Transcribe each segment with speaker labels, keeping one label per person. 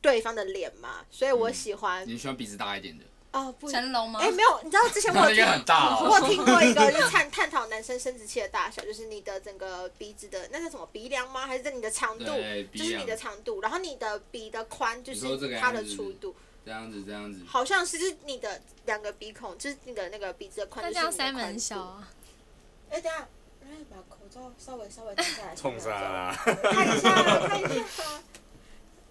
Speaker 1: 对方的脸嘛，所以我喜欢、
Speaker 2: 嗯你喜欢鼻子大一点的，
Speaker 1: 哦不，
Speaker 3: 成龙吗？
Speaker 1: 哎、没有，你知道之前我
Speaker 2: 那
Speaker 1: 有
Speaker 2: 应该很
Speaker 1: 听。
Speaker 2: 大
Speaker 1: 我
Speaker 2: 哦。
Speaker 1: 有听过一 个就是探探讨男生生殖器的大小，就是你的整个鼻子的那叫什么鼻梁吗？还是你的长度？
Speaker 2: 对，
Speaker 1: 就
Speaker 2: 鼻
Speaker 1: 是你
Speaker 2: 梁
Speaker 1: 的长度，然后你的鼻的宽就
Speaker 2: 你说这个
Speaker 1: 是
Speaker 2: 样
Speaker 1: 它的
Speaker 2: 子
Speaker 1: 粗度，
Speaker 2: 这样子这样子，
Speaker 1: 好像是就是你的两个鼻孔，就是你的那个鼻子的宽
Speaker 3: 那
Speaker 1: 度
Speaker 3: 这
Speaker 1: 是
Speaker 3: 样
Speaker 1: 你的
Speaker 3: Simon
Speaker 1: 宽
Speaker 3: 很
Speaker 1: 度。
Speaker 3: 小啊，
Speaker 1: 哎、等一下，哎，把口罩稍微稍微拿下来。
Speaker 4: 冲啥啦？
Speaker 1: 看一下，看一下，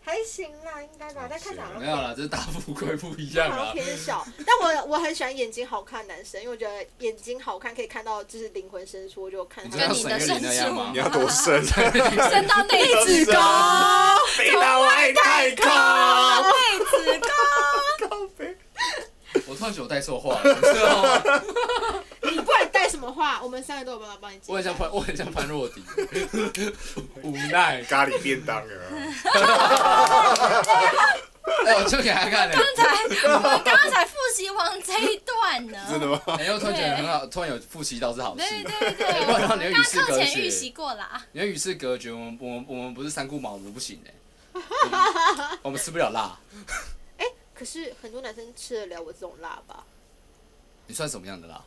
Speaker 1: 还行啦，应该吧，但看起来好
Speaker 2: 没
Speaker 1: 像
Speaker 2: 有啦，这是大富贵不一样
Speaker 1: 好
Speaker 2: 啦
Speaker 1: 像。偏小。 但我我很喜欢眼睛好看的男生，因为我觉得眼睛好看可以看到就是灵魂深处，我就看
Speaker 2: 你
Speaker 1: 他
Speaker 2: 知
Speaker 3: 跟
Speaker 2: 道
Speaker 3: 你
Speaker 2: 沈
Speaker 3: 的
Speaker 2: 月
Speaker 3: 身
Speaker 2: 玲那样
Speaker 3: 世
Speaker 2: 吗
Speaker 4: 你？要多深？
Speaker 3: 伸到内
Speaker 4: 子宫飞到外太空。
Speaker 3: 内子宫。
Speaker 2: 我突然觉得我带错话了，你知道吗？
Speaker 1: 你不管带什么话，我们三个都有办法帮你解
Speaker 2: 我很
Speaker 1: 答
Speaker 2: 像。潘，我很像潘若迪，无奈。
Speaker 4: 咖喱便当啊！
Speaker 2: 哎，我就给他看了，
Speaker 3: 我们刚才复习完这一段呢，
Speaker 4: 真的吗？
Speaker 2: 哎，又突然觉得很好，突然有复习到是好事。
Speaker 3: 对对对，
Speaker 2: 哎不然的话你要与世
Speaker 3: 刚
Speaker 2: 隔
Speaker 3: 课前预习
Speaker 2: 绝。
Speaker 3: 过啦，
Speaker 2: 你要与世隔绝，我们我们我们不是三顾茅庐不行哎， 我们吃不了辣。
Speaker 1: 可是很多男生吃得了我这种辣吧？
Speaker 2: 你算什么样的辣？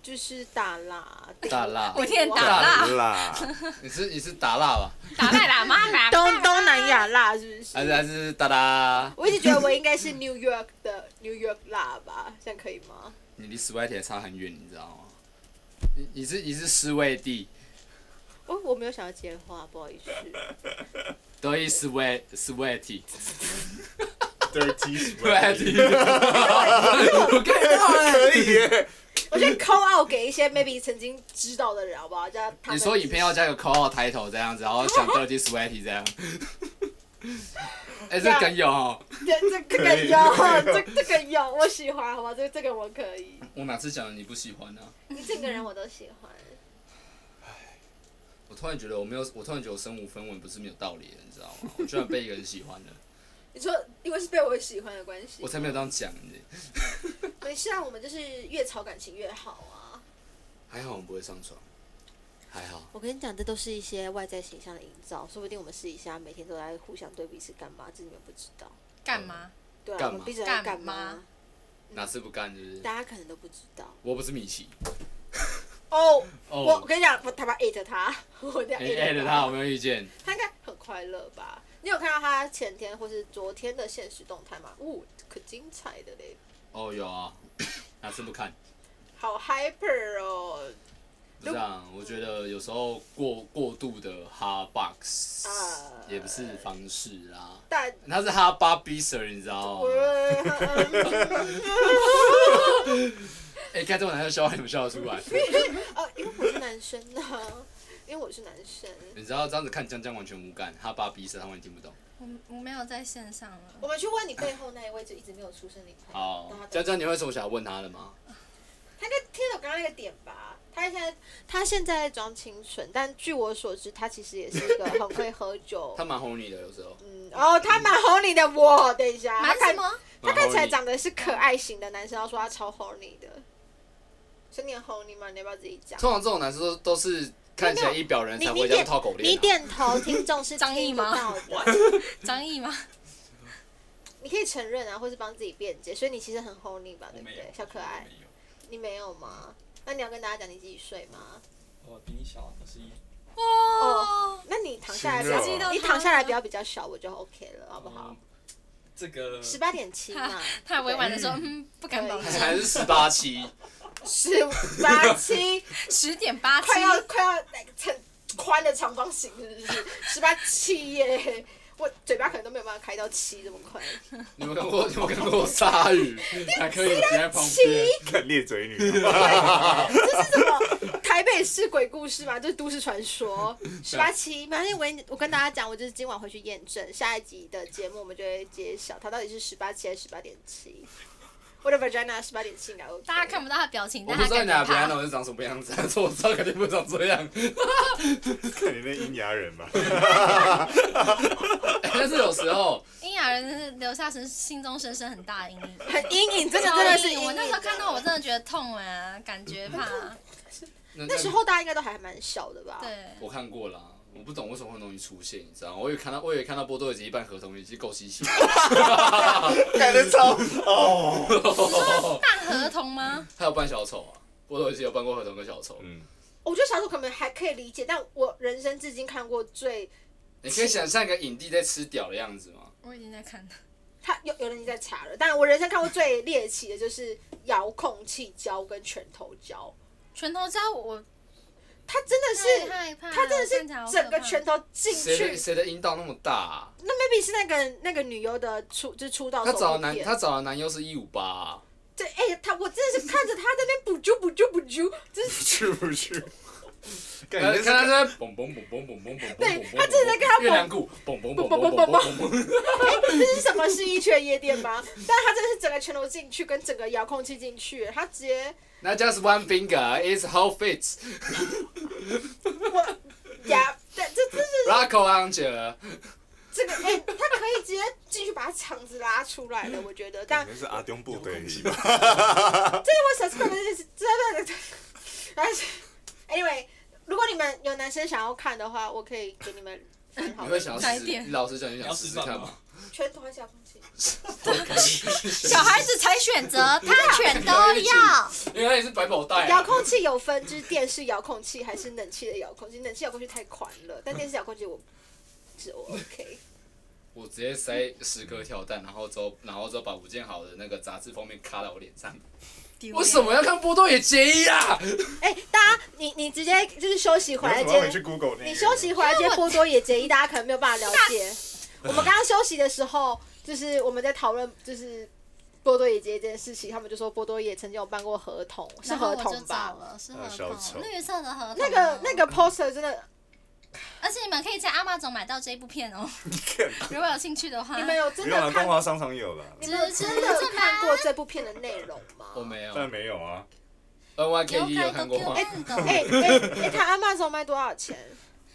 Speaker 1: 就是大辣，
Speaker 2: 大辣
Speaker 3: 我天，
Speaker 1: 啊
Speaker 3: 打
Speaker 2: 大
Speaker 3: 蜡，
Speaker 4: 啦，
Speaker 2: 你是你是打辣吧？
Speaker 3: 打败喇嘛，打
Speaker 1: 东东南亚辣是不是？
Speaker 2: 还是还是哒哒？
Speaker 1: 我一直觉得我应该是 New York 的 New York 辣吧，这样可以吗？
Speaker 2: 你离十外铁差很远，你知道吗？你你是你是斯威地，
Speaker 1: 哦，我没有想要接话，不好意思。
Speaker 2: 德意斯威斯威 蒂，
Speaker 4: 对，鸡什
Speaker 2: 斯威蒂，我看到了。
Speaker 4: 可以耶，
Speaker 1: 我觉得 call out 给一些 maybe 曾经知道的人，好不好？叫他们
Speaker 2: 你说影片要加个 call out 抬头这样子，然后想 dirty sweaty 这样。哎、这梗有哦！
Speaker 1: 这这这个
Speaker 4: 可以
Speaker 1: 有，这这个有，我喜欢，好吧？这这个我可以，
Speaker 2: 我哪次讲了你不喜欢呢、
Speaker 1: 你整个人我都喜欢。
Speaker 2: 我突然觉得我没有，我突然觉得我身无分文不是没有道理的，你知道吗？我居然被一个人喜欢了，
Speaker 1: 你说因为是被我喜欢的关系，
Speaker 2: 我才没有这样讲呢。
Speaker 1: 没事啊，我们就是越吵感情越好啊。
Speaker 2: 还好我们不会上床，还好。
Speaker 1: 我跟你讲，这都是一些外在形象的营造，说不定我们试一下，每天都在互相对彼此干嘛，这你们不知道。
Speaker 3: 干嘛？
Speaker 1: 对啊，
Speaker 2: 干
Speaker 1: 我们
Speaker 2: 嘛
Speaker 1: 彼此在干
Speaker 3: 干
Speaker 1: 嘛
Speaker 3: 嘛？
Speaker 2: 哪次不干就是？
Speaker 1: 大家可能都不知道。
Speaker 2: 我不是米奇。
Speaker 1: 哦，我我
Speaker 2: 哦，
Speaker 1: 跟你讲，我他妈 at 他， 我这样
Speaker 2: 你艾特他，我没有意见。
Speaker 1: 他应该很快乐吧？你有看到他前天或是昨天的现实动态吗？呜、可精彩的嘞，
Speaker 2: 哦，有啊，哪次不看？
Speaker 1: 好 hyper 哦！
Speaker 2: 不是啊，我觉得有时候过过度的哈 box
Speaker 1: 啊
Speaker 2: 也不是方式啊。
Speaker 1: 但
Speaker 2: 他是哈巴比 sir，你知道吗
Speaker 1: 我？呃嗯
Speaker 2: 哎，看这种男生笑话，你们笑得出来？
Speaker 1: 哦，因为我是男生呢、因为我是男生，
Speaker 2: 你知道这样子看江江完全无感，哈巴比 sir 他完全听不懂。
Speaker 3: 我我没有在线上了，
Speaker 1: 我们去问你背后那一位就一直没有出声的朋友
Speaker 2: 好，
Speaker 1: 然后，他
Speaker 2: 江江，你会从小问他的吗？
Speaker 1: 他应该听得懂刚刚那个点吧？他现在他现在在装清纯，但据我所知，他其实也是一个很会喝酒
Speaker 2: 他。蛮哄你的，有时候。
Speaker 1: 嗯，哦，他蛮红你的我，等一下，他
Speaker 3: 蛮
Speaker 1: 看
Speaker 3: 什么？
Speaker 1: 他看起来长
Speaker 2: 蛮
Speaker 1: 得是可爱型的男生，要说他超 horny 的，是你很 horny 吗？你要不要自己讲
Speaker 2: horny。？通常这种男生都都是看起来一表人
Speaker 1: 你
Speaker 2: 才
Speaker 1: 你
Speaker 2: 会这样
Speaker 1: 点
Speaker 2: 套狗链啊。
Speaker 1: 你点头，听众 是
Speaker 3: 张译
Speaker 1: 听不
Speaker 3: 吗
Speaker 1: 到的，
Speaker 3: 张译吗？
Speaker 1: 你可以承认啊，或是帮自己辩解，所以你其实很 horny 吧，对不对？小可爱，你没有吗？那你要跟大家讲你几岁吗？
Speaker 5: 我比你小二十一，
Speaker 3: 哇，
Speaker 1: 那你躺下来不
Speaker 4: 亲热
Speaker 1: 要，
Speaker 3: 啊
Speaker 1: 你躺下来不要比较小，我就 OK 了，好不好
Speaker 5: 嗯？呃这个
Speaker 1: 十八点七嘛，
Speaker 3: 他委婉的说，嗯，不敢保证，
Speaker 2: 还是十八期，
Speaker 1: 十八七，
Speaker 3: 十点八七，
Speaker 1: 快要快要那个很宽的长方形，是不是？十八七耶，我嘴巴可能都没有办法开到七这么快。
Speaker 2: 你们看过你们看过鲨鱼，还可以停在旁边。
Speaker 4: 看裂嘴女，啊
Speaker 1: 这是什么台北市鬼故事嘛？这是都市传说。十八期，反正我跟我跟大家讲，我就是今晚回去验证，下一集的节目我们就会揭晓它到底是十八期还是十八点七。我的 vagina 十八点七应该 OK。
Speaker 3: 大家看不到他表情，
Speaker 2: 我
Speaker 3: 但
Speaker 2: 不
Speaker 3: 他
Speaker 2: 知道
Speaker 3: 感
Speaker 2: 你啊俩
Speaker 3: 觉
Speaker 2: 别
Speaker 3: 怕
Speaker 2: 人。是长什么样子， 但是我知道肯定不长这样。
Speaker 4: 看你那阴阳人吧。
Speaker 2: 但是有时候，
Speaker 3: 阴阳人真是留下深心中深深很大的阴影。
Speaker 1: 很阴影，真的真的是阴影。
Speaker 3: 我那时候看到我真的觉得痛啊，感觉怕。
Speaker 2: 那
Speaker 1: 那时候大家应该都还蛮小的吧？
Speaker 3: 对，
Speaker 2: 我看过啦，我不懂为什么会容易出现，你知道吗？我也看到，我也看到波多野结衣办合同已经够稀奇了。
Speaker 4: 感觉超哦，
Speaker 3: 办合同吗？
Speaker 2: 他有办小丑啊，波多野结衣有办过合同跟小丑。
Speaker 4: 嗯，
Speaker 1: 我觉得小丑可能还可以理解，但我人生至今看过最
Speaker 2: 你可以想象一个影帝在吃屌的样子吗？
Speaker 3: 我已经在看了。
Speaker 1: 他有有人已经在查了，但我人生看过最猎奇的就是遥控器胶跟拳头胶，
Speaker 3: 拳头胶我
Speaker 1: 它真的
Speaker 3: 太
Speaker 1: 是
Speaker 3: 害怕了，
Speaker 1: 它真的
Speaker 3: 看起来好
Speaker 1: 是
Speaker 3: 可
Speaker 1: 整个
Speaker 3: 怕
Speaker 1: 拳头进
Speaker 2: 谁的
Speaker 1: 去，
Speaker 2: 谁的阴道那么大啊、
Speaker 1: 那 maybe 是那个那个女优的出就是出道
Speaker 2: 他
Speaker 1: 照
Speaker 2: 找的
Speaker 1: 片
Speaker 2: 男他找的男优是一五八，啊
Speaker 1: 对哎、他我真的是看着他在那边补啾补啾补啾，真是
Speaker 4: 去不去？感
Speaker 2: 呃
Speaker 4: 觉
Speaker 2: 看他在嘣嘣嘣嘣嘣嘣嘣，
Speaker 1: 对他真的在跟他
Speaker 2: 月亮鼓嘣嘣嘣嘣嘣嘣嘣，
Speaker 1: 这是什么是一圈夜店吗？但他真的是整个拳头进去，跟整个遥控器进去，他直接
Speaker 2: 那 just one finger is how fits
Speaker 1: 我呀，对，这这是
Speaker 2: Rocco Angel，
Speaker 1: 这个哎、他可以直接进去把他肠子拉出来的，我觉得，但
Speaker 4: 感觉是阿东部队戏吧？
Speaker 1: 这个我小时候真是真的， 而且 anyway，如果你们有男生想要看的话，我可以给你们看好
Speaker 2: 你会想要
Speaker 3: 来
Speaker 2: 试试？
Speaker 3: 电
Speaker 2: 你老实讲，你
Speaker 5: 你
Speaker 2: 想
Speaker 5: 要
Speaker 2: 试
Speaker 5: 示
Speaker 2: 试
Speaker 5: 范
Speaker 2: 看
Speaker 5: 吗？？
Speaker 1: 拳头还是遥控器？
Speaker 3: 小孩子才选择，他全都要。
Speaker 2: 因为他也是百宝袋
Speaker 1: 遥
Speaker 2: 啊，
Speaker 1: 控器有分，就是电视遥控器还是冷气的遥控器。冷气遥控器太宽了，但电视遥控器我是我 OK。
Speaker 2: 我直接塞十颗跳蛋，然后之后然后之后把吴建豪的那个杂志封面卡到我脸上。为什么要看波多野结衣啊？
Speaker 1: 哎、大家你你直接就是休息回
Speaker 4: 你
Speaker 1: 来
Speaker 4: 为什么要回
Speaker 1: 接
Speaker 4: 去，Google 那个？
Speaker 1: 你休息回来接波多野结衣，大家可能没有办法了 解。我们刚刚休息的时候，就是我们在讨论就是波多野结衣这件事情，他们就说波多野曾经有办过合同，是
Speaker 3: 然后
Speaker 1: 合
Speaker 3: 我就
Speaker 1: 同
Speaker 3: 走
Speaker 1: 吧？
Speaker 3: 了，是
Speaker 4: 呃小
Speaker 3: 合
Speaker 4: 丑
Speaker 3: 同，绿色的合同。
Speaker 1: 那个那，个 poster 真的，
Speaker 3: 而且你们可以在阿玛总买到这部片哦，如果有兴趣的话。
Speaker 1: 你们有
Speaker 4: 不
Speaker 1: 真
Speaker 4: 用了，
Speaker 1: 的
Speaker 4: 光
Speaker 1: 看？
Speaker 4: 华商场有啊了，
Speaker 1: 你们有真的有看过
Speaker 3: 啊
Speaker 1: 这部片的内容吗？
Speaker 2: 我没有
Speaker 4: 但没有啊。
Speaker 2: ，NYK 一
Speaker 3: 有
Speaker 2: 有看过吗？
Speaker 1: 哎 哎哎，他阿妈时候卖多少钱？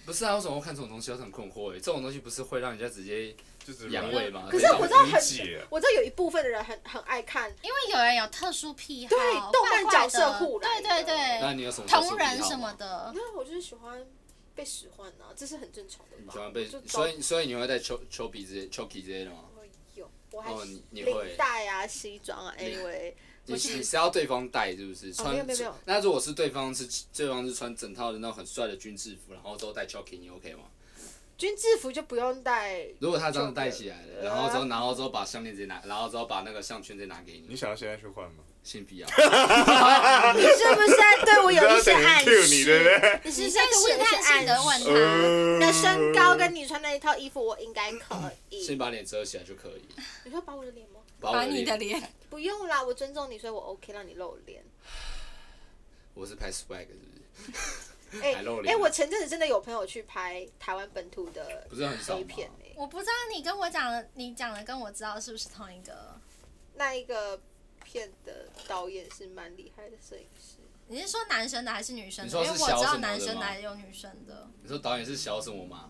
Speaker 2: 不是啊，为什么会看这种东西？我很困惑哎，这种东西不是会让人家直接
Speaker 4: 就是
Speaker 5: 啊
Speaker 2: 阳痿吗？
Speaker 1: 可是我知道很
Speaker 4: 理解，
Speaker 1: 我知道有一部分的人很很爱看，
Speaker 3: 因为有人有特殊癖好，
Speaker 1: 对
Speaker 3: 怪
Speaker 1: 动漫
Speaker 3: 怪
Speaker 1: 角色
Speaker 3: 的
Speaker 1: 户来
Speaker 3: 对
Speaker 1: 的
Speaker 3: 对对，
Speaker 2: 那你有什么特殊
Speaker 3: 同
Speaker 2: 癖好
Speaker 3: 人
Speaker 2: 吗
Speaker 3: 什么？的
Speaker 1: 因，为我就是喜欢被使唤啊，这是很正常的
Speaker 2: 你
Speaker 1: 吧？
Speaker 2: 喜欢被
Speaker 1: 就，
Speaker 2: 所以所以你会带丘丘比之类、丘皮之类的吗？
Speaker 1: 我有，我还
Speaker 2: 哦，你你
Speaker 1: 领
Speaker 2: 会，
Speaker 1: 带啊、西装啊，anyway，
Speaker 2: 你
Speaker 1: 我是哦
Speaker 2: 你是要对方带是不是？穿
Speaker 1: 没有没有没有
Speaker 2: 那如果是对方是对方是穿整套的那种很帅的军制服，然后之后带丘皮，你 OK 吗？
Speaker 1: 军制服就不用带。
Speaker 2: 如果他这样带起来
Speaker 1: 啊
Speaker 2: 了，然后之后然后之后把项链直接拿，然后之后把那个项圈直接拿给
Speaker 4: 你
Speaker 2: 你，
Speaker 4: 想要现在去换吗？
Speaker 2: 先不要。啊
Speaker 1: 你是不是在对我有一些
Speaker 4: 你知道
Speaker 1: 暗
Speaker 4: 等于 cue 你对不
Speaker 1: 示？
Speaker 4: 对？
Speaker 1: 你
Speaker 3: 你
Speaker 1: 是
Speaker 3: 先
Speaker 1: 在
Speaker 3: 试
Speaker 1: 对我有一
Speaker 3: 探
Speaker 1: 些
Speaker 3: 性的
Speaker 1: 暗
Speaker 3: 问
Speaker 1: 示？
Speaker 2: 呃
Speaker 3: 他，
Speaker 1: 你的身高跟你穿那一套衣服，我应该可
Speaker 2: 先
Speaker 1: 以。
Speaker 2: 把脸遮起来就可以。
Speaker 1: 你说把我的脸吗？
Speaker 2: 把
Speaker 3: 把
Speaker 2: 我
Speaker 3: 你的
Speaker 2: 脸，
Speaker 3: 脸，
Speaker 1: 不用啦，我尊重你，所以我 OK 让你露脸。
Speaker 2: 我是拍 swag 是不是？
Speaker 1: 哎、
Speaker 2: 还露
Speaker 1: 哎、
Speaker 2: 脸
Speaker 1: 我前阵子真的有朋友去拍台湾本土的
Speaker 2: 不是很少
Speaker 1: A
Speaker 2: 吗？
Speaker 1: 片哎、
Speaker 3: 我不知道你跟我讲的，你讲的跟我知道是不是同一个？
Speaker 1: 那一个片的导演是蛮厉害的摄影师，
Speaker 3: 你是说男生的还是女生
Speaker 2: 你
Speaker 3: 的？
Speaker 2: 说
Speaker 3: 因为
Speaker 2: 是
Speaker 3: 我
Speaker 2: 小
Speaker 3: 知
Speaker 2: 什
Speaker 3: 道
Speaker 2: 么
Speaker 3: 男
Speaker 2: 的
Speaker 3: 生
Speaker 2: 吗
Speaker 3: 的还有女生的。
Speaker 2: 你说导演是小什么吗？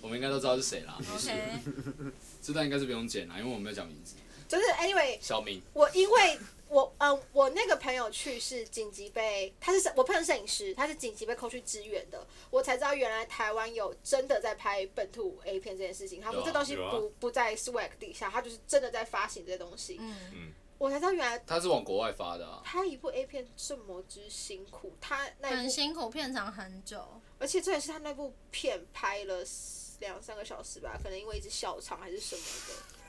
Speaker 2: 我们应该都知道是谁啦。
Speaker 3: OK，
Speaker 2: 这段应该是不用剪啦，因为我没有讲名字。
Speaker 1: 就是 anyway，
Speaker 2: 小明，
Speaker 1: 我因为我嗯、我那个朋友去是紧急被他是我朋友是摄影师，他是紧急被扣去支援的，我才知道原来台湾有真的在拍本土 A 片这件事情，他们
Speaker 2: 有啊
Speaker 1: 这东西
Speaker 4: 有啊
Speaker 1: 不不在 swag 底下，他就是真的在发行这些东西，
Speaker 3: 嗯，
Speaker 1: 我才知道原来。
Speaker 2: 他是往国外发的啊。
Speaker 1: 拍一部 A 片这么之辛苦，他那一
Speaker 3: 很
Speaker 1: 部
Speaker 3: 辛苦，片长很久。
Speaker 1: 而且重点是他那部片拍了两三个小时吧，可能因为一直笑场还是什么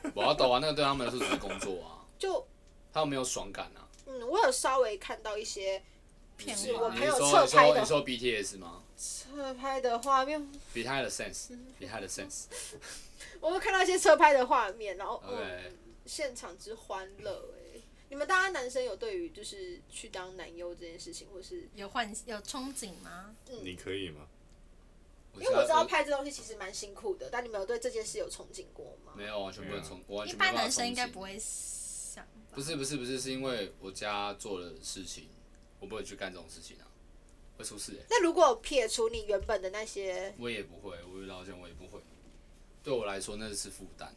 Speaker 1: 的，
Speaker 2: 我要抖啊，那个对他们来说只是工作啊，
Speaker 1: 就
Speaker 2: 他们没有爽感啊。
Speaker 1: 嗯，我有稍微看到一些
Speaker 3: 骗
Speaker 2: 你
Speaker 1: 是
Speaker 2: 说
Speaker 1: 我
Speaker 3: 我
Speaker 2: 你
Speaker 1: 朋友侧
Speaker 2: 说你
Speaker 1: 拍
Speaker 2: 说你
Speaker 1: 的
Speaker 2: 说 BTS 吗
Speaker 1: 侧拍的画面，
Speaker 2: ？Behind the
Speaker 3: 嗯
Speaker 2: sense，Behind the sense。
Speaker 1: 我有看到一些侧拍的画面，然后
Speaker 3: 哦
Speaker 1: 嗯，
Speaker 2: OK，
Speaker 1: 现场之欢乐哎、你们大家男生有对于就是去当男优这件事情，或是
Speaker 3: 有幻有憧憬吗？
Speaker 4: 呃你可以吗？
Speaker 1: 因为我知道拍这东西其实蛮辛苦的，但你们有对这件事有憧憬过吗？
Speaker 2: 没有完全不能
Speaker 4: 没有
Speaker 2: 冲，我完
Speaker 3: 一
Speaker 2: 全没
Speaker 3: 般
Speaker 2: 办法
Speaker 3: 男生应该
Speaker 2: 憧憬
Speaker 3: 不。会想吧。
Speaker 2: 不是不是不是，是因为我家做的事情，我不会去干这种事情啊，会出事欸
Speaker 1: 那如果撇除你原本的那些
Speaker 2: 我也不会，我遇到这种我也不会。对我来说那是负担，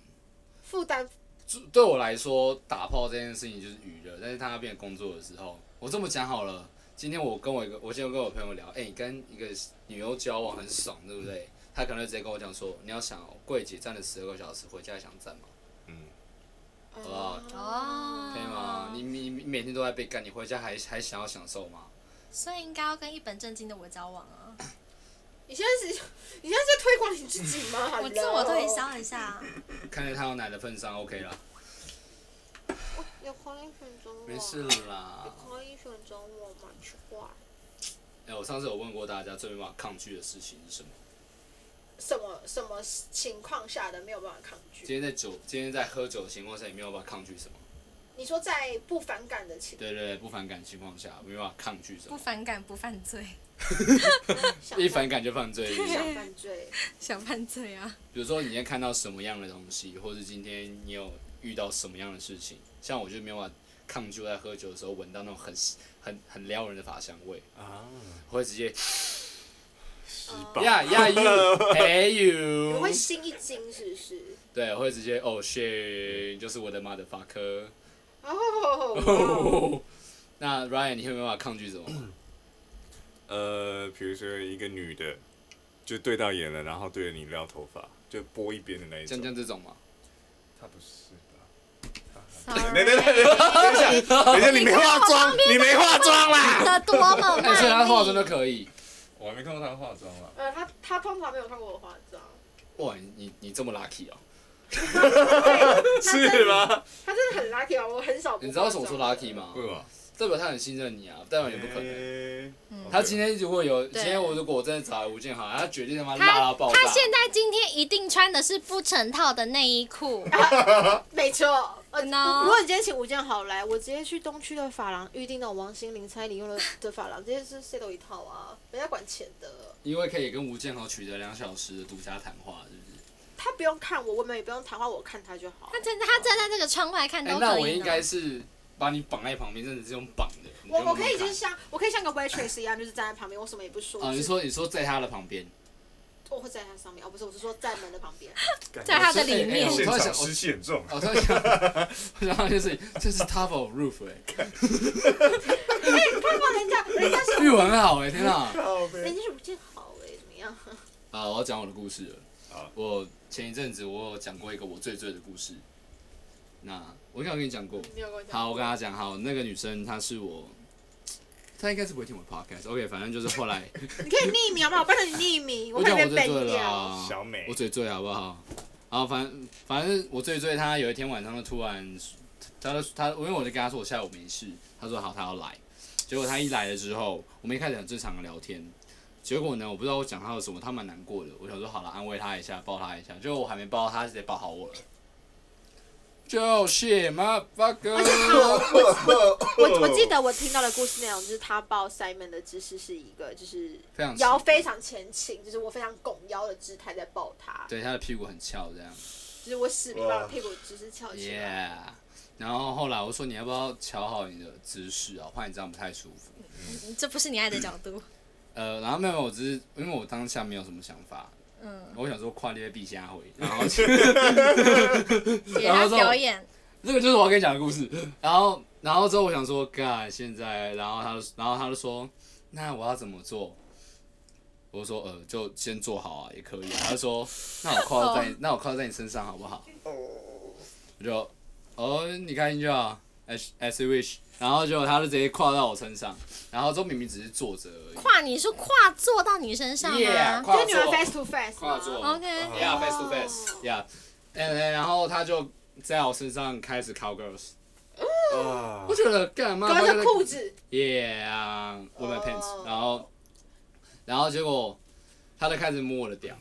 Speaker 1: 负担，
Speaker 2: 就对我来说打炮这件事情就是娱乐，但是他那边工作的时候，我这么讲好了，今天我跟我一个，我今天跟我朋友聊，哎、你跟一个女优交往很爽，对不对？他可能就直接跟我讲说，你要想哦柜姐站了十二个小时，回家还想站吗？
Speaker 4: 嗯，
Speaker 2: 哦
Speaker 1: 嗯
Speaker 3: 哦，
Speaker 2: 可以吗？你你你每天都在被干，你回家还还想要享受吗？
Speaker 3: 所以应该要跟一本正经的我交往啊，
Speaker 1: 你现在是，你现在是在推广你自己吗？
Speaker 3: 我自我推销一下啊。
Speaker 2: 看在他有奶的份上，OK 啦，
Speaker 1: Hello。你可以选择我，
Speaker 2: 没事
Speaker 1: 你
Speaker 2: 啦。
Speaker 1: 可以选择我吗？奇怪，
Speaker 2: 哎、我上次有问过大家最没办法抗拒的事情是什么？
Speaker 1: 什么什么情况下的没有办法抗拒？
Speaker 2: 今天在酒，今天在喝酒的情况下，你没有办法抗拒什么？
Speaker 1: 你说在不反感的情
Speaker 2: 对对对，不反感的情况下，没办法抗拒什
Speaker 3: 不
Speaker 2: 么？
Speaker 3: 反感不犯罪，
Speaker 1: 想
Speaker 2: 一反感就犯罪。
Speaker 1: 想犯罪，
Speaker 3: 想犯罪 啊！
Speaker 2: 比如说你今天看到什么样的东西，或者今天你有遇到什么样的事情，像我就没有办法抗拒我在喝酒的时候闻到那种很很很撩人的法香味，
Speaker 4: 啊，
Speaker 2: 我会直接
Speaker 4: 十
Speaker 1: 宝
Speaker 2: 呀呀 you hey
Speaker 1: 你们
Speaker 2: you，
Speaker 1: 会心一惊是不是？
Speaker 2: 对，我会直接哦 shit，你就是我的 motherfucker。
Speaker 1: 哦，
Speaker 2: 那 Ryan，你会没办法抗拒什么
Speaker 4: 嗯
Speaker 2: 吗？
Speaker 4: 呃，比如说一个女的就对到眼了，然后对着你撩头发，就拨一边的那一
Speaker 2: 像
Speaker 4: 种。
Speaker 2: 像这种吗？
Speaker 4: 她不是吧？
Speaker 3: Sorry
Speaker 4: 等等等等一下，等一下，你没化妆，你没化妆啦！
Speaker 3: 的多么卖
Speaker 2: 哎，
Speaker 3: 力，啊
Speaker 2: 所以他化妆都可以。
Speaker 4: 我还没看过她化妆
Speaker 2: 啊
Speaker 4: 啦。
Speaker 1: 呃，他他通常没有看过我化妆，
Speaker 2: 哇，你你你这么 lucky 哦！
Speaker 4: 是吗？嗯
Speaker 1: 他真的很 lucky 啊，我很少。
Speaker 2: 你知道什么是 lucky？吗？
Speaker 4: 为什么？
Speaker 2: 代表他很信任你啊，代表也不可能。
Speaker 4: 能
Speaker 3: 嗯
Speaker 2: 他今天如果有，
Speaker 3: 对
Speaker 2: 今天我如果我真的找来吴建豪，他绝对他妈辣
Speaker 3: 他
Speaker 2: 到爆炸。
Speaker 3: 他现在今天一定穿的是不成套的内衣裤，
Speaker 1: 没错。呃，
Speaker 3: No
Speaker 1: 如果你今天请吴建豪来，我直接去东区的发廊预定那种王心凌、蔡依林用的的发廊，直接是 set 一套啊，没在管钱的。
Speaker 2: 因为可以跟吴建豪取得两小时的独家谈话，是不是？
Speaker 1: 他不用看我，我们也不用谈话，我看他就好
Speaker 3: 他。站他站在这个窗外看
Speaker 2: 哎、
Speaker 3: 都
Speaker 2: 那
Speaker 3: 可
Speaker 2: 我
Speaker 3: 以
Speaker 2: 应
Speaker 3: 呢。
Speaker 2: 该是把你绑在旁边，真的是用绑的。你
Speaker 1: 我
Speaker 2: 就
Speaker 1: 我
Speaker 2: 慢慢
Speaker 1: 可以就是
Speaker 2: 看
Speaker 1: 像我可以像个 waitress 一样，就是站在旁边，我什么也不说。
Speaker 2: 啊，
Speaker 1: 就
Speaker 2: 你
Speaker 1: 是
Speaker 2: 说你说在他的旁边，
Speaker 1: 我会站在他上面，哦，不是，我是说在门的旁边。
Speaker 3: 在他的
Speaker 2: 我说哎
Speaker 3: 里
Speaker 2: 哎
Speaker 3: 面
Speaker 2: 我
Speaker 4: 现
Speaker 2: 突然
Speaker 4: 场
Speaker 2: 想，
Speaker 4: 湿气很重。
Speaker 2: 我我突然想， 我想到就是这是 top of roof 哎、
Speaker 1: 哎看过人家，人家是
Speaker 2: 欸，日文很好哎、天哪！
Speaker 1: 人家是吴建豪哎，怎么样？
Speaker 2: 啊，我要讲我的故事了。
Speaker 4: 好
Speaker 2: 我前一阵子我有讲过一个我最最的故事，那我应该有跟你讲过。
Speaker 1: 你有跟我讲？
Speaker 2: 好，我跟他讲，好，那个女生她是我，她应该是不会听我 podcast。OK，反正就是后 来
Speaker 1: 你可以匿名好不好？我帮你匿名，
Speaker 2: 我
Speaker 1: 怕
Speaker 2: 讲
Speaker 1: 你
Speaker 2: 我
Speaker 1: 被
Speaker 2: 最
Speaker 1: ban
Speaker 2: 醉了
Speaker 1: 掉。
Speaker 2: 啊，
Speaker 4: 小美
Speaker 2: 我最醉好不好？然后反正反正我最醉，她有一天晚上就突然，她就她因为我就跟她说我下午没事，她说好，她要来。结果她一来了之后，我们一开始很正常的聊天。结果呢，我不知道我讲她有什么，她蛮难过的。我想说好了，安慰她一下，抱她一下。结果我还没抱她，她直接抱好我了。就是妈 fucker，
Speaker 1: 而且他，我我我我记得我听到的故事内容就是他抱 Simon 的姿势是一个就是
Speaker 2: 非常
Speaker 1: 腰非常前倾，就是我非常拱腰的姿态在抱他，
Speaker 2: 对，她的屁股很翘这样。
Speaker 1: 就是我使命把我屁股只是翘起来。
Speaker 2: Yeah，然后后来我说你要不要调好你的姿势啊，怕你这样不太舒服。
Speaker 3: 这不是你爱的 角度。
Speaker 2: 呃，然后没有，我只是因为我当下没有什么想法，
Speaker 3: 嗯，
Speaker 2: 我想说跨列必瞎回，然后
Speaker 3: 给
Speaker 2: 然
Speaker 3: 他
Speaker 2: 后说
Speaker 3: 表演，
Speaker 2: 这个就是我要跟你讲的故事。然后，然后之后我想说，干现在，然后他就，然后他就说，那我要怎么做？我就说，呃，就先做好啊，也可以、啊。他就说，那我靠在你，那我靠在你身上好不好？我就，哦，你开心就好，as as you wish。然后结果他就直接跨到我身上，然后之后明明只是坐着而已。
Speaker 3: 跨你说跨坐到女生上
Speaker 2: Yeah，
Speaker 3: 吗
Speaker 2: 跨哦
Speaker 1: 就是你们
Speaker 2: 坐
Speaker 1: face to face
Speaker 2: 跨
Speaker 1: 吗？
Speaker 2: 坐
Speaker 3: ？OK，
Speaker 2: Yeah, face to face. Yeah，然然后他就在我身上开始 cowgirls。
Speaker 4: 啊
Speaker 2: 我觉得干嘛？
Speaker 1: 隔着裤子，
Speaker 2: Yeah, with my pants、
Speaker 1: 哦
Speaker 2: 然后，然后结果他就开始摸我的屌，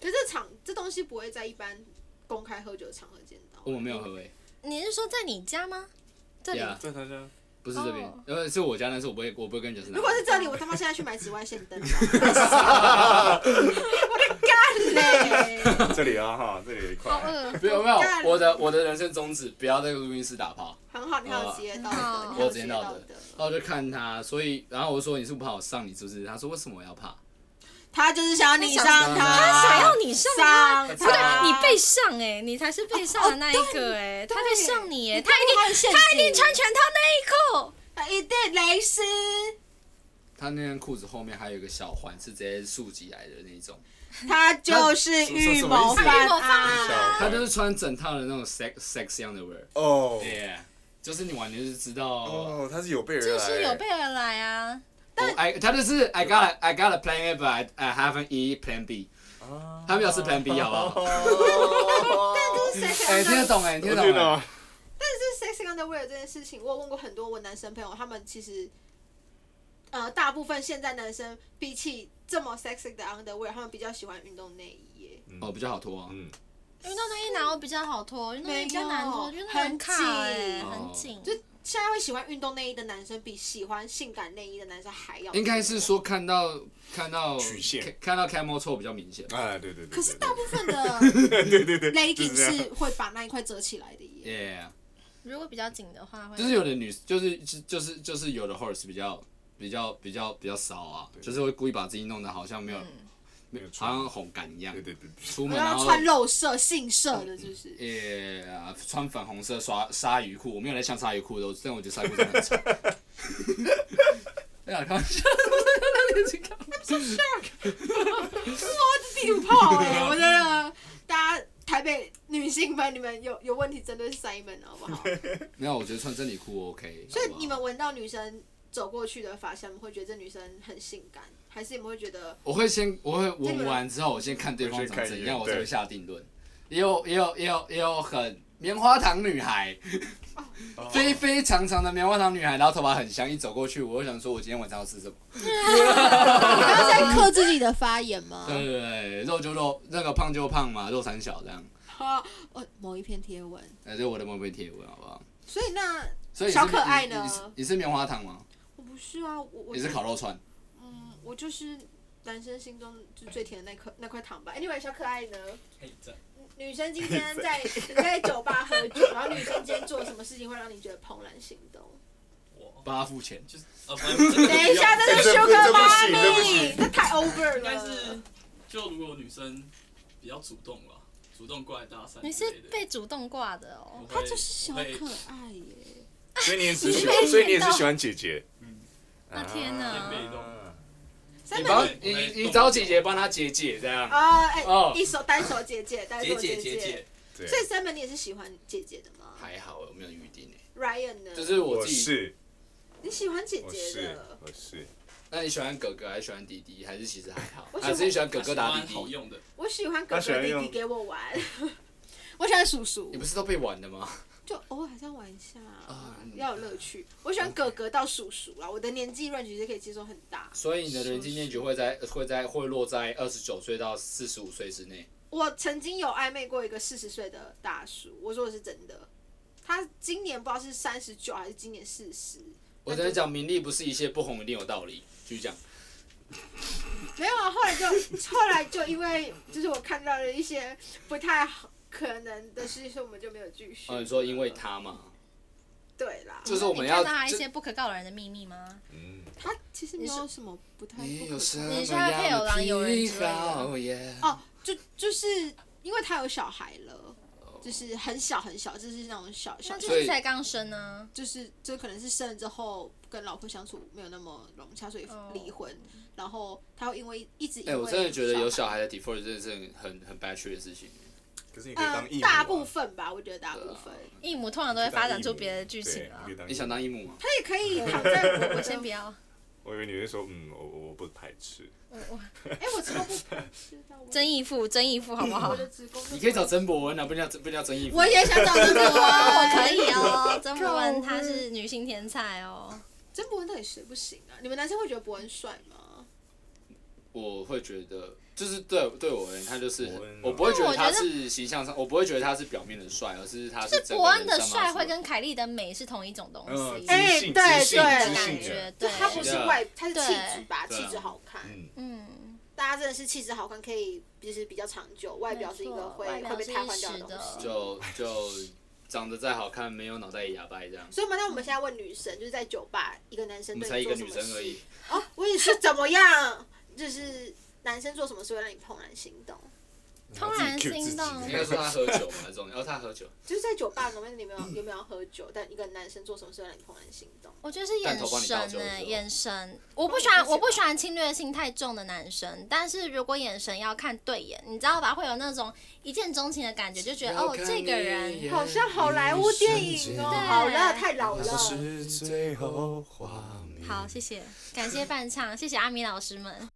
Speaker 1: 可是这场这东西不会在一般公开喝酒的场合见到。嗯
Speaker 2: 我没有喝诶、
Speaker 3: 你是说在你家吗？这里
Speaker 2: Yeah，
Speaker 4: 在他家，
Speaker 2: 不是这边
Speaker 3: 哦，
Speaker 2: 因为是我家，但是我不会，我不会跟你讲是哪
Speaker 1: 如
Speaker 2: 里
Speaker 1: 果是这里，我他妈现在去买紫外线 灯吧，我的干嘞！
Speaker 4: 这里啊哈，这里有一
Speaker 3: 好
Speaker 4: 块。
Speaker 3: 饿，
Speaker 2: 没有没有
Speaker 1: 干，
Speaker 2: 我的我的人生宗旨不要在录音室打炮。
Speaker 1: 很好，你还有职业道德，
Speaker 3: 嗯
Speaker 1: 你还有
Speaker 2: 哦我有职业
Speaker 1: 哦道
Speaker 2: 道德然后我就看他，所以然后我说你是不怕我上你是不是？他说为什么我要怕？
Speaker 1: 他就是想要你上
Speaker 2: 他想
Speaker 1: 他
Speaker 3: 想要你上他，
Speaker 1: 上
Speaker 2: 不
Speaker 3: 不对，
Speaker 1: 他，
Speaker 3: 你被上哎，你才是被上的那一个哎，他被上你哎，他一定
Speaker 1: 他有陷
Speaker 3: 他一
Speaker 1: 阱
Speaker 3: 定穿全套内衣裤。
Speaker 1: 他一定蕾丝，
Speaker 2: 他那件裤子后面还有一个小环，是直接竖起来的那种，
Speaker 1: 他就是预谋犯啊
Speaker 3: 什么什么
Speaker 1: 案。
Speaker 2: 他就是穿整套的那种 sex sex underwear，
Speaker 4: 哦
Speaker 2: 耶，就是你完全就知道。
Speaker 4: 哦，他是有备而来，
Speaker 3: 就是有备而来啊。
Speaker 2: 我 I 他就是 I got a, I got a plan A but I, I haven't e plan B，他们有是 plan B 好不好？
Speaker 1: 但就是 sex
Speaker 2: 哎，听得
Speaker 1: under，
Speaker 2: 懂哎，听
Speaker 4: 我
Speaker 2: 得
Speaker 4: 觉
Speaker 2: 懂
Speaker 4: 得
Speaker 2: 哎。
Speaker 1: 但是 sex underwear 这件事情，我有问过很多我男生朋友，他们其实，呃，大部分现在男生比起这么 sexy 的 underwear，他们比较喜欢运动内衣耶。
Speaker 2: 哦，比较好脱啊。
Speaker 4: 嗯，
Speaker 3: 运动内衣哪有比较好脱？运动内衣比较难脱，
Speaker 1: 没
Speaker 3: 就
Speaker 1: 有
Speaker 3: 是很卡哎、
Speaker 1: 很
Speaker 2: 紧
Speaker 3: 很紧。
Speaker 1: 就现在会喜欢运动内衣的男生，比喜欢性感内衣的男生还要多
Speaker 2: 应该是说看到看到
Speaker 4: 曲线
Speaker 2: 看看到 camel toe 比较明显。
Speaker 4: 哎，对对对。
Speaker 1: 可是大部分
Speaker 4: 分
Speaker 1: 的
Speaker 4: 对对对
Speaker 1: legging
Speaker 4: 就是这样
Speaker 1: 是会把那一块遮起来的耶。
Speaker 2: Yeah，
Speaker 3: 如果比较紧的话，会
Speaker 2: 就是有的女就是就就是就是有的 horse 比较比较比较比较骚啊，就是会故意把自己弄得好像没有
Speaker 4: 没有
Speaker 2: 好
Speaker 4: 穿
Speaker 2: 像红感一样
Speaker 4: 嗯对，对对对，
Speaker 2: 出门
Speaker 1: 然
Speaker 2: 然
Speaker 1: 后
Speaker 2: 后
Speaker 1: 穿肉色、杏色的，是不是？
Speaker 2: 耶呃穿粉红色鲨鲨鱼裤，我没有在像鲨鱼裤的，但我觉得鲨鱼裤真的很丑。 哎呀，开玩笑，
Speaker 1: 地图炮哎、 我真的，大家台北女性们，你们有有问题针对 Simon 好 不好？
Speaker 2: 没有，我觉得穿真理裤 OK 好
Speaker 1: 所
Speaker 2: 不好。
Speaker 1: 以你们闻到女生走过去的发香，你们会觉得这女生很性感，还是你们会觉 得
Speaker 2: 我会先我会闻完之后，我先看对方长怎样，我
Speaker 4: 我先看一眼
Speaker 2: 才会下定论。也有也有也有也有很棉花糖女孩，
Speaker 4: 哦
Speaker 2: 非
Speaker 1: 哦
Speaker 2: 非常长的棉花糖女孩，然后头发很香，一走过去，我就想说，我今天晚上要吃什么？
Speaker 1: 你刚刚在克制自己的发言吗
Speaker 2: 对对对，肉就肉，那个胖就胖嘛，肉三小这样。
Speaker 1: 好，哦，某一篇贴文，
Speaker 2: 哎，这是我的某篇贴文，好不好？
Speaker 1: 所以那
Speaker 2: 所以你是
Speaker 1: 小可爱
Speaker 2: 你
Speaker 1: 呢
Speaker 2: 你是你是棉花糖吗？
Speaker 1: 我不是啊，我我
Speaker 2: 你是烤肉串？
Speaker 1: 嗯，我就是男生心中就最甜的那颗那块糖吧。Anyway，小可爱呢？
Speaker 5: 可以这样。
Speaker 1: 女生今天 在你在酒吧喝酒，然后女生今天做什么事情会让你觉得怦然心动？
Speaker 5: 我
Speaker 2: 帮他付钱。
Speaker 5: 就是呃，不然真的
Speaker 1: 等一下，这是
Speaker 4: 这不
Speaker 1: Sugar
Speaker 4: 这不行这不
Speaker 1: Mommy，这太 over
Speaker 5: 应该
Speaker 1: 了
Speaker 5: 是。就如果女生比较主动了，主动过来搭讪之类的，
Speaker 3: 你是被主动挂的哦
Speaker 5: 我。会
Speaker 1: 她就是小
Speaker 5: 我会
Speaker 1: 可爱耶，
Speaker 4: 所以你也是 喜欢，所以你也是喜欢姐姐。
Speaker 5: 嗯，
Speaker 3: 啊天哪
Speaker 4: 啊
Speaker 5: 被动
Speaker 1: 三
Speaker 5: 你帮
Speaker 1: 本
Speaker 5: 你你
Speaker 2: 你
Speaker 5: 找姐姐帮
Speaker 2: 他解解这样。
Speaker 1: 啊，哎
Speaker 2: 哦，
Speaker 1: 一手单手姐姐，单手
Speaker 5: 姐姐姐
Speaker 1: 姐
Speaker 5: 姐。，
Speaker 4: 对
Speaker 1: 所以三本你也是喜欢姐姐的吗
Speaker 2: 还好我没有预定
Speaker 5: 欸
Speaker 2: 诶，
Speaker 1: ？Ryan 呢？
Speaker 2: 就是我
Speaker 4: 我
Speaker 2: 自己。
Speaker 4: 是
Speaker 1: 你喜欢姐
Speaker 4: 我
Speaker 1: 姐
Speaker 4: 是
Speaker 1: 的，
Speaker 4: 我是，
Speaker 2: 那你喜欢哥哥还是喜欢弟弟？还是其实还好？
Speaker 1: 我喜
Speaker 2: 还
Speaker 1: 欢
Speaker 2: 是你喜欢哥
Speaker 5: 她
Speaker 2: 哥
Speaker 5: 喜欢
Speaker 2: 打弟
Speaker 5: 好
Speaker 2: 弟？
Speaker 5: 用的，
Speaker 1: 我喜欢哥
Speaker 4: 她喜
Speaker 1: 哥
Speaker 4: 欢
Speaker 1: 弟弟
Speaker 4: 用
Speaker 1: 给我玩，我喜欢叔叔
Speaker 2: 你。不是都被玩的吗？
Speaker 1: 就偶尔还是要玩一下啊，
Speaker 2: 啊
Speaker 1: 要有乐趣。我喜欢哥哥到叔叔啊啦，我的年纪 range 是可以接受很大。
Speaker 2: 所以你的人际面局会在会在会落在二十九岁到四十五岁之内。
Speaker 1: 我曾经有暧昧过一个四十岁的大叔，我说的是真的。他今年不知道是三十九还是今年四十，
Speaker 2: 我只能讲，名利不是一切不红一定有道理。继续讲，
Speaker 1: 没有啊。后来就后来就因为就是我看到了一些不太好可能的事情，所以我们就没有继续。
Speaker 2: 哦，你说因为他嘛，
Speaker 1: 对啦，
Speaker 2: 就是我
Speaker 3: 你
Speaker 2: 们
Speaker 3: 看
Speaker 2: 要
Speaker 3: 到他一
Speaker 2: 就
Speaker 3: 些不可告人的秘密吗？
Speaker 4: 嗯，
Speaker 1: 他其实没有什么不太
Speaker 2: 你
Speaker 1: 不
Speaker 2: 有
Speaker 1: 可
Speaker 2: 啊什
Speaker 1: 能
Speaker 2: 么
Speaker 3: 你像配偶
Speaker 2: 样
Speaker 3: 郎有
Speaker 2: 的
Speaker 3: 人
Speaker 2: 癖
Speaker 3: 之类的
Speaker 2: 好耶？
Speaker 1: 哦，就就是因为他有小孩了，就是很小很小，就是那种小小
Speaker 3: 那
Speaker 2: 就
Speaker 3: 就是
Speaker 2: 所以
Speaker 3: 是才刚生啊呢、
Speaker 1: 就是这可能是生了之后跟老婆相处没有那么融洽，所以
Speaker 3: 哦
Speaker 1: 离婚。然后他会因为一直因
Speaker 2: 哎、
Speaker 1: 为
Speaker 2: 我真的觉得有
Speaker 1: 小
Speaker 2: 小
Speaker 1: 孩，
Speaker 2: 孩的 default 真的是很很 bad trip 的事情。
Speaker 4: 可是你可以
Speaker 1: 呃
Speaker 4: 当义母啊，
Speaker 1: 大部分吧，我觉得大部
Speaker 2: 啊
Speaker 1: 分
Speaker 3: 异母通常都会发展出别的剧情啊
Speaker 4: 对。可以当义母
Speaker 2: 你想当义母吗？
Speaker 1: 他也可以躺在我
Speaker 3: 我
Speaker 1: 我
Speaker 3: 先不
Speaker 1: 边。
Speaker 3: 要，
Speaker 4: 我以为你会说，嗯，我我我不排斥，
Speaker 3: 我我
Speaker 1: 哎，我超不知道 我
Speaker 3: 曾义父，曾义父好不好
Speaker 1: 我？的子宫，
Speaker 2: 你可以找，曾博文啊，不叫不叫曾义母。
Speaker 1: 我也想找曾 博文，
Speaker 3: 可以。哦，曾博文他是女性天才哦。
Speaker 1: 曾博文到底谁不行啊？你们男生会觉得博文帅吗？
Speaker 2: 我会觉得，就是对对我而言，他就是
Speaker 4: 伯恩啊
Speaker 2: 我不会觉得他
Speaker 3: 但我觉
Speaker 2: 是形象上，我不会觉得他是表面的帅，而是他
Speaker 3: 就是
Speaker 2: 是整
Speaker 3: 伯
Speaker 2: 个人
Speaker 3: 恩的
Speaker 2: 散发
Speaker 3: 帅
Speaker 2: 出
Speaker 3: 会
Speaker 2: 来
Speaker 3: 跟凯莉的美是同一种东
Speaker 4: 嗯，
Speaker 3: 西，
Speaker 4: 知
Speaker 1: 哎
Speaker 4: 性
Speaker 1: 对对
Speaker 4: 知性知
Speaker 3: 的感
Speaker 4: 性
Speaker 3: 觉
Speaker 4: 的，，
Speaker 1: 就
Speaker 3: 对，
Speaker 1: 他不是外，他是气质吧，
Speaker 2: 啊对啊
Speaker 1: 气质好看。
Speaker 4: 嗯，
Speaker 3: 嗯，
Speaker 1: 大家真的是气质好看，可以就是比较长久，外表是一个会
Speaker 3: 没错外表
Speaker 1: 会被
Speaker 3: 是
Speaker 1: 瘫痪掉的
Speaker 3: 一时
Speaker 1: 东西
Speaker 3: 的。
Speaker 2: 就就长得再好看，没有脑袋也哑巴这样。
Speaker 1: 所以嘛，那我们现在问女生，就是在酒吧，一个男
Speaker 2: 我
Speaker 1: 生
Speaker 2: 们
Speaker 1: 对
Speaker 2: 才一
Speaker 1: 你
Speaker 2: 个
Speaker 1: 做什
Speaker 2: 女
Speaker 1: 么
Speaker 2: 生而
Speaker 1: 事
Speaker 2: 已，，
Speaker 1: 哦，我也是怎么样？就是男生做什么事会让你怦然心动？
Speaker 3: 怦然心动
Speaker 2: 应该说他喝酒嘛，还是重要。哦，他喝酒，
Speaker 1: 就是在酒吧，我们你们有有没有要喝酒？但一个男生做什么事让你怦然心动？
Speaker 3: 我觉得是眼
Speaker 2: 但头帮你
Speaker 3: 神
Speaker 2: 倒
Speaker 3: 呢、
Speaker 2: 酒的时候
Speaker 3: 眼神。我哦不喜
Speaker 1: 帮你
Speaker 3: 欢，
Speaker 1: 解
Speaker 3: 我不
Speaker 1: 吧
Speaker 3: 喜欢侵略性太重的男生，但是如果眼神要看对眼，你知道吧，会有那种一见钟情的感觉，就觉得哦，这个人
Speaker 1: 好像好莱坞电影哦，
Speaker 3: 对
Speaker 1: 好了，太老了。
Speaker 4: 最后画面
Speaker 3: 好，谢谢，感谢伴唱，谢谢阿米老师们。